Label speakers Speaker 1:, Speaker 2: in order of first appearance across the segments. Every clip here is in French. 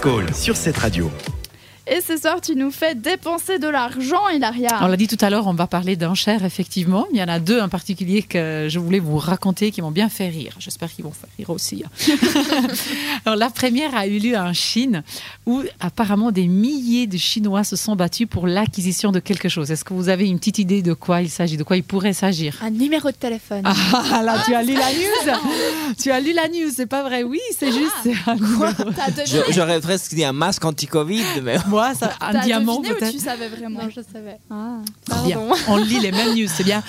Speaker 1: Call sur cette radio.
Speaker 2: Et ce soir, tu nous fais dépenser de l'argent, Hilaria.
Speaker 3: On l'a dit tout à l'heure, on va parler d'enchères, effectivement. Il y en a deux en particulier que je voulais vous raconter qui m'ont bien fait rire. J'espère qu'ils vont faire rire aussi. hein. Alors, la première a eu lieu en Chine, où apparemment des milliers de Chinois se sont battus pour l'acquisition de quelque chose. Est-ce que vous avez une petite idée de quoi il s'agit, de quoi il pourrait s'agir
Speaker 2: Un numéro de téléphone.
Speaker 3: ah là, tu as lu la news Tu as lu la news, c'est pas vrai Oui,
Speaker 2: Ah.
Speaker 3: c'est juste. c'est un numéro.
Speaker 2: T'as deviné,
Speaker 4: Je- J'aurais presque dit un masque anti-Covid, mais
Speaker 3: Moi, ça,
Speaker 2: t'as
Speaker 3: un diamant
Speaker 2: deviné ou
Speaker 3: peut-être
Speaker 2: tu savais vraiment Ah.
Speaker 5: Non, je savais.
Speaker 3: Très bien.
Speaker 5: Pardon.
Speaker 3: On lit les mêmes news, c'est bien.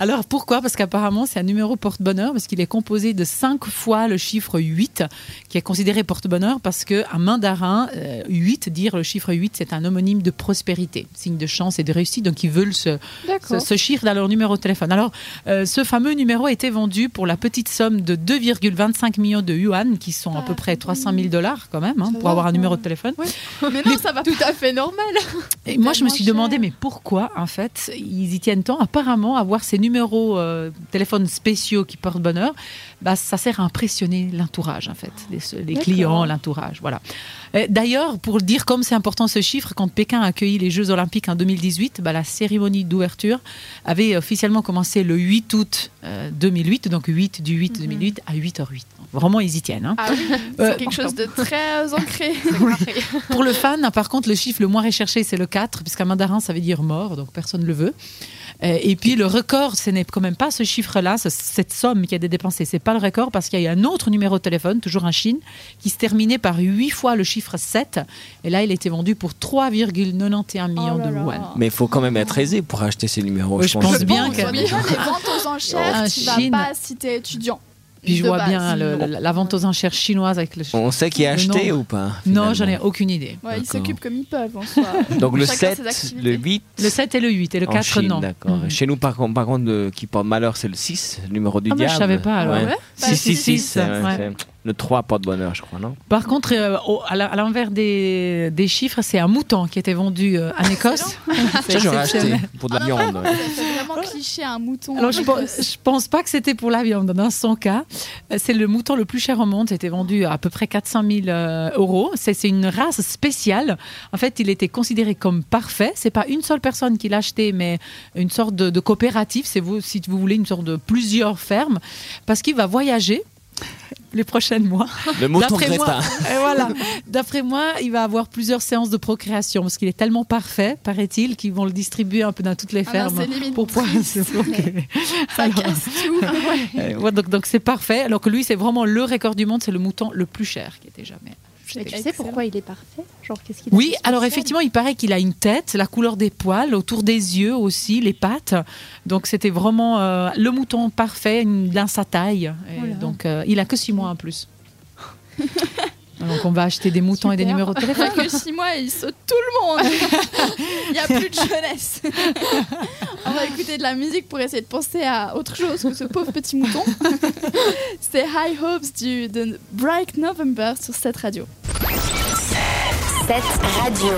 Speaker 3: Alors pourquoi Parce qu'apparemment, c'est un numéro porte-bonheur, parce qu'il est composé de 5 fois le chiffre 8, qui est considéré porte-bonheur, parce qu'un mandarin, euh, 8, dire le chiffre 8, c'est un homonyme de prospérité, signe de chance et de réussite, donc ils veulent se, ce,
Speaker 5: D'accord.
Speaker 3: ce chiffre dans leur numéro de téléphone. Alors, euh, ce fameux numéro a été vendu pour la petite somme de 2,25 millions de yuan, qui sont à peu près 300 000 dollars quand même, hein, pour
Speaker 5: Ah, va,
Speaker 3: avoir un
Speaker 5: ouais.
Speaker 3: numéro de téléphone.
Speaker 2: Mais non, ça va tout à fait normal.
Speaker 3: Et moi, je me
Speaker 2: tellement
Speaker 3: suis demandé,
Speaker 2: cher.
Speaker 3: mais pourquoi, en fait, ils y tiennent tant Apparemment, avoir ces numéros euh, téléphones spéciaux qui portent bonheur, bah, ça sert à impressionner l'entourage, en fait, les, les
Speaker 5: D'accord.
Speaker 3: clients, l'entourage, voilà. Et D'ailleurs, pour le dire comme c'est important ce chiffre, quand Pékin a accueilli les Jeux Olympiques en 2018, bah, la cérémonie d'ouverture avait officiellement commencé le 8 août euh, 2008, donc 8 du 8 2008 à 8h08. Vraiment, ils y tiennent. hein.
Speaker 2: Ah oui,
Speaker 3: Euh,
Speaker 2: c'est quelque chose de très ancré.
Speaker 3: Pour le fan, par contre, le chiffre le moins recherché, c'est le 4, puisqu'un mandarin, ça veut dire mort, donc personne ne le veut. Euh, Et puis le record, ce n'est quand même pas ce chiffre-là, ce- cette somme qui a été dépensée, c'est pas le record, parce qu'il y a eu un autre numéro de téléphone, toujours en Chine, qui se terminait par 8 fois le chiffre 7, et là, il était vendu pour 3,91
Speaker 2: Oh
Speaker 3: millions de yuan.
Speaker 4: mais il faut quand même être aisé pour acheter ces numéros.
Speaker 3: Oui, je pense
Speaker 2: Je
Speaker 3: bien
Speaker 2: pense,
Speaker 3: que-
Speaker 2: au minimum, les ventes aux enchères,
Speaker 3: En
Speaker 2: tu vas
Speaker 3: Chine.
Speaker 2: pas si t'es étudiant.
Speaker 3: Puis je
Speaker 2: De
Speaker 3: vois
Speaker 2: base.
Speaker 3: bien le- la, la vente aux enchères chinoise avec le...
Speaker 4: On sait qui a
Speaker 3: Le
Speaker 4: acheté
Speaker 3: nombre.
Speaker 4: ou pas
Speaker 3: Non,
Speaker 4: Oh, finalement.
Speaker 3: j'en ai aucune idée.
Speaker 2: Ouais, ils
Speaker 4: D'accord.
Speaker 2: s'occupent comme ils peuvent en soi.
Speaker 4: Donc le
Speaker 2: Chacun ses
Speaker 4: 7,
Speaker 2: activités.
Speaker 4: le 8.
Speaker 3: Le 7 et le 8, 8, et le
Speaker 4: en
Speaker 3: 4,
Speaker 4: Chine,
Speaker 3: non.
Speaker 4: d'accord.
Speaker 3: Mhm.
Speaker 4: Chez nous, par contre, par contre le- qui porte malheur, c'est le 6, le numéro du
Speaker 3: Ah, mais je
Speaker 4: diable.
Speaker 3: savais pas, alors.
Speaker 4: Ouais.
Speaker 2: Ouais.
Speaker 3: Bah,
Speaker 4: 6, 6, 6,
Speaker 3: six,
Speaker 4: c'est-
Speaker 3: ouais.
Speaker 4: c'est- le 3 porte bonheur, je crois, non
Speaker 3: Par contre, euh, au- à la- à l'envers des, des chiffres, c'est un mouton qui était vendu euh, en Écosse.
Speaker 4: Ça, j'aurais acheté
Speaker 3: exceptionnel.
Speaker 4: pour de la
Speaker 2: Ah,
Speaker 4: viande. ouais.
Speaker 2: C'est vraiment cliché un mouton.
Speaker 3: Alors, je pense, je pense pas que c'était pour la viande. Dans son cas, euh, c'est le mouton le plus cher au monde. C'était vendu à à peu près 400 000 euh, euros. C'est c'est une race spéciale. En fait, il était considéré comme parfait. C'est pas une seule personne qui l'a acheté, mais une sorte de, de coopérative. C'est vous, si vous voulez, une sorte de plusieurs fermes, parce qu'il va voyager les prochains mois.
Speaker 4: Le mouton
Speaker 3: D'après moi-
Speaker 4: Greta.
Speaker 3: Et voilà. D'après moi, il va avoir plusieurs séances de procréation parce qu'il est tellement parfait, paraît-il, qu'ils vont le distribuer un peu dans toutes les
Speaker 5: ben,
Speaker 2: Ah non,
Speaker 3: fermes.
Speaker 2: c'est limite
Speaker 3: pour pouvoir
Speaker 2: triste.
Speaker 3: se procurer.
Speaker 2: ça
Speaker 3: Alors,
Speaker 2: casse tout. Ah
Speaker 3: euh, ouais, donc donc c'est parfait. Alors que lui, c'est vraiment le record du monde. C'est le mouton le plus cher qui était jamais.
Speaker 5: Mais tu sais
Speaker 2: Excellent.
Speaker 5: pourquoi il est parfait Genre, qu'est-ce qu'il a
Speaker 3: Oui,
Speaker 5: de
Speaker 3: alors
Speaker 5: spécial
Speaker 3: effectivement, il paraît qu'il a une tête, la couleur des poils, autour des yeux aussi, les pattes. Donc c'était vraiment euh, le mouton parfait une- dans sa taille. Et
Speaker 5: Voilà.
Speaker 3: Donc euh, il a que six mois en plus. donc on va acheter des moutons et des
Speaker 5: Super.
Speaker 3: numéros de téléphone.
Speaker 2: Fait que 6 mois, ils sautent tout le monde. Il n'y a plus de jeunesse. On va écouter de la musique pour essayer de penser à autre chose que ce pauvre petit mouton. C'est High Hopes du, de Bright November sur cette radio.
Speaker 6: Cette radio.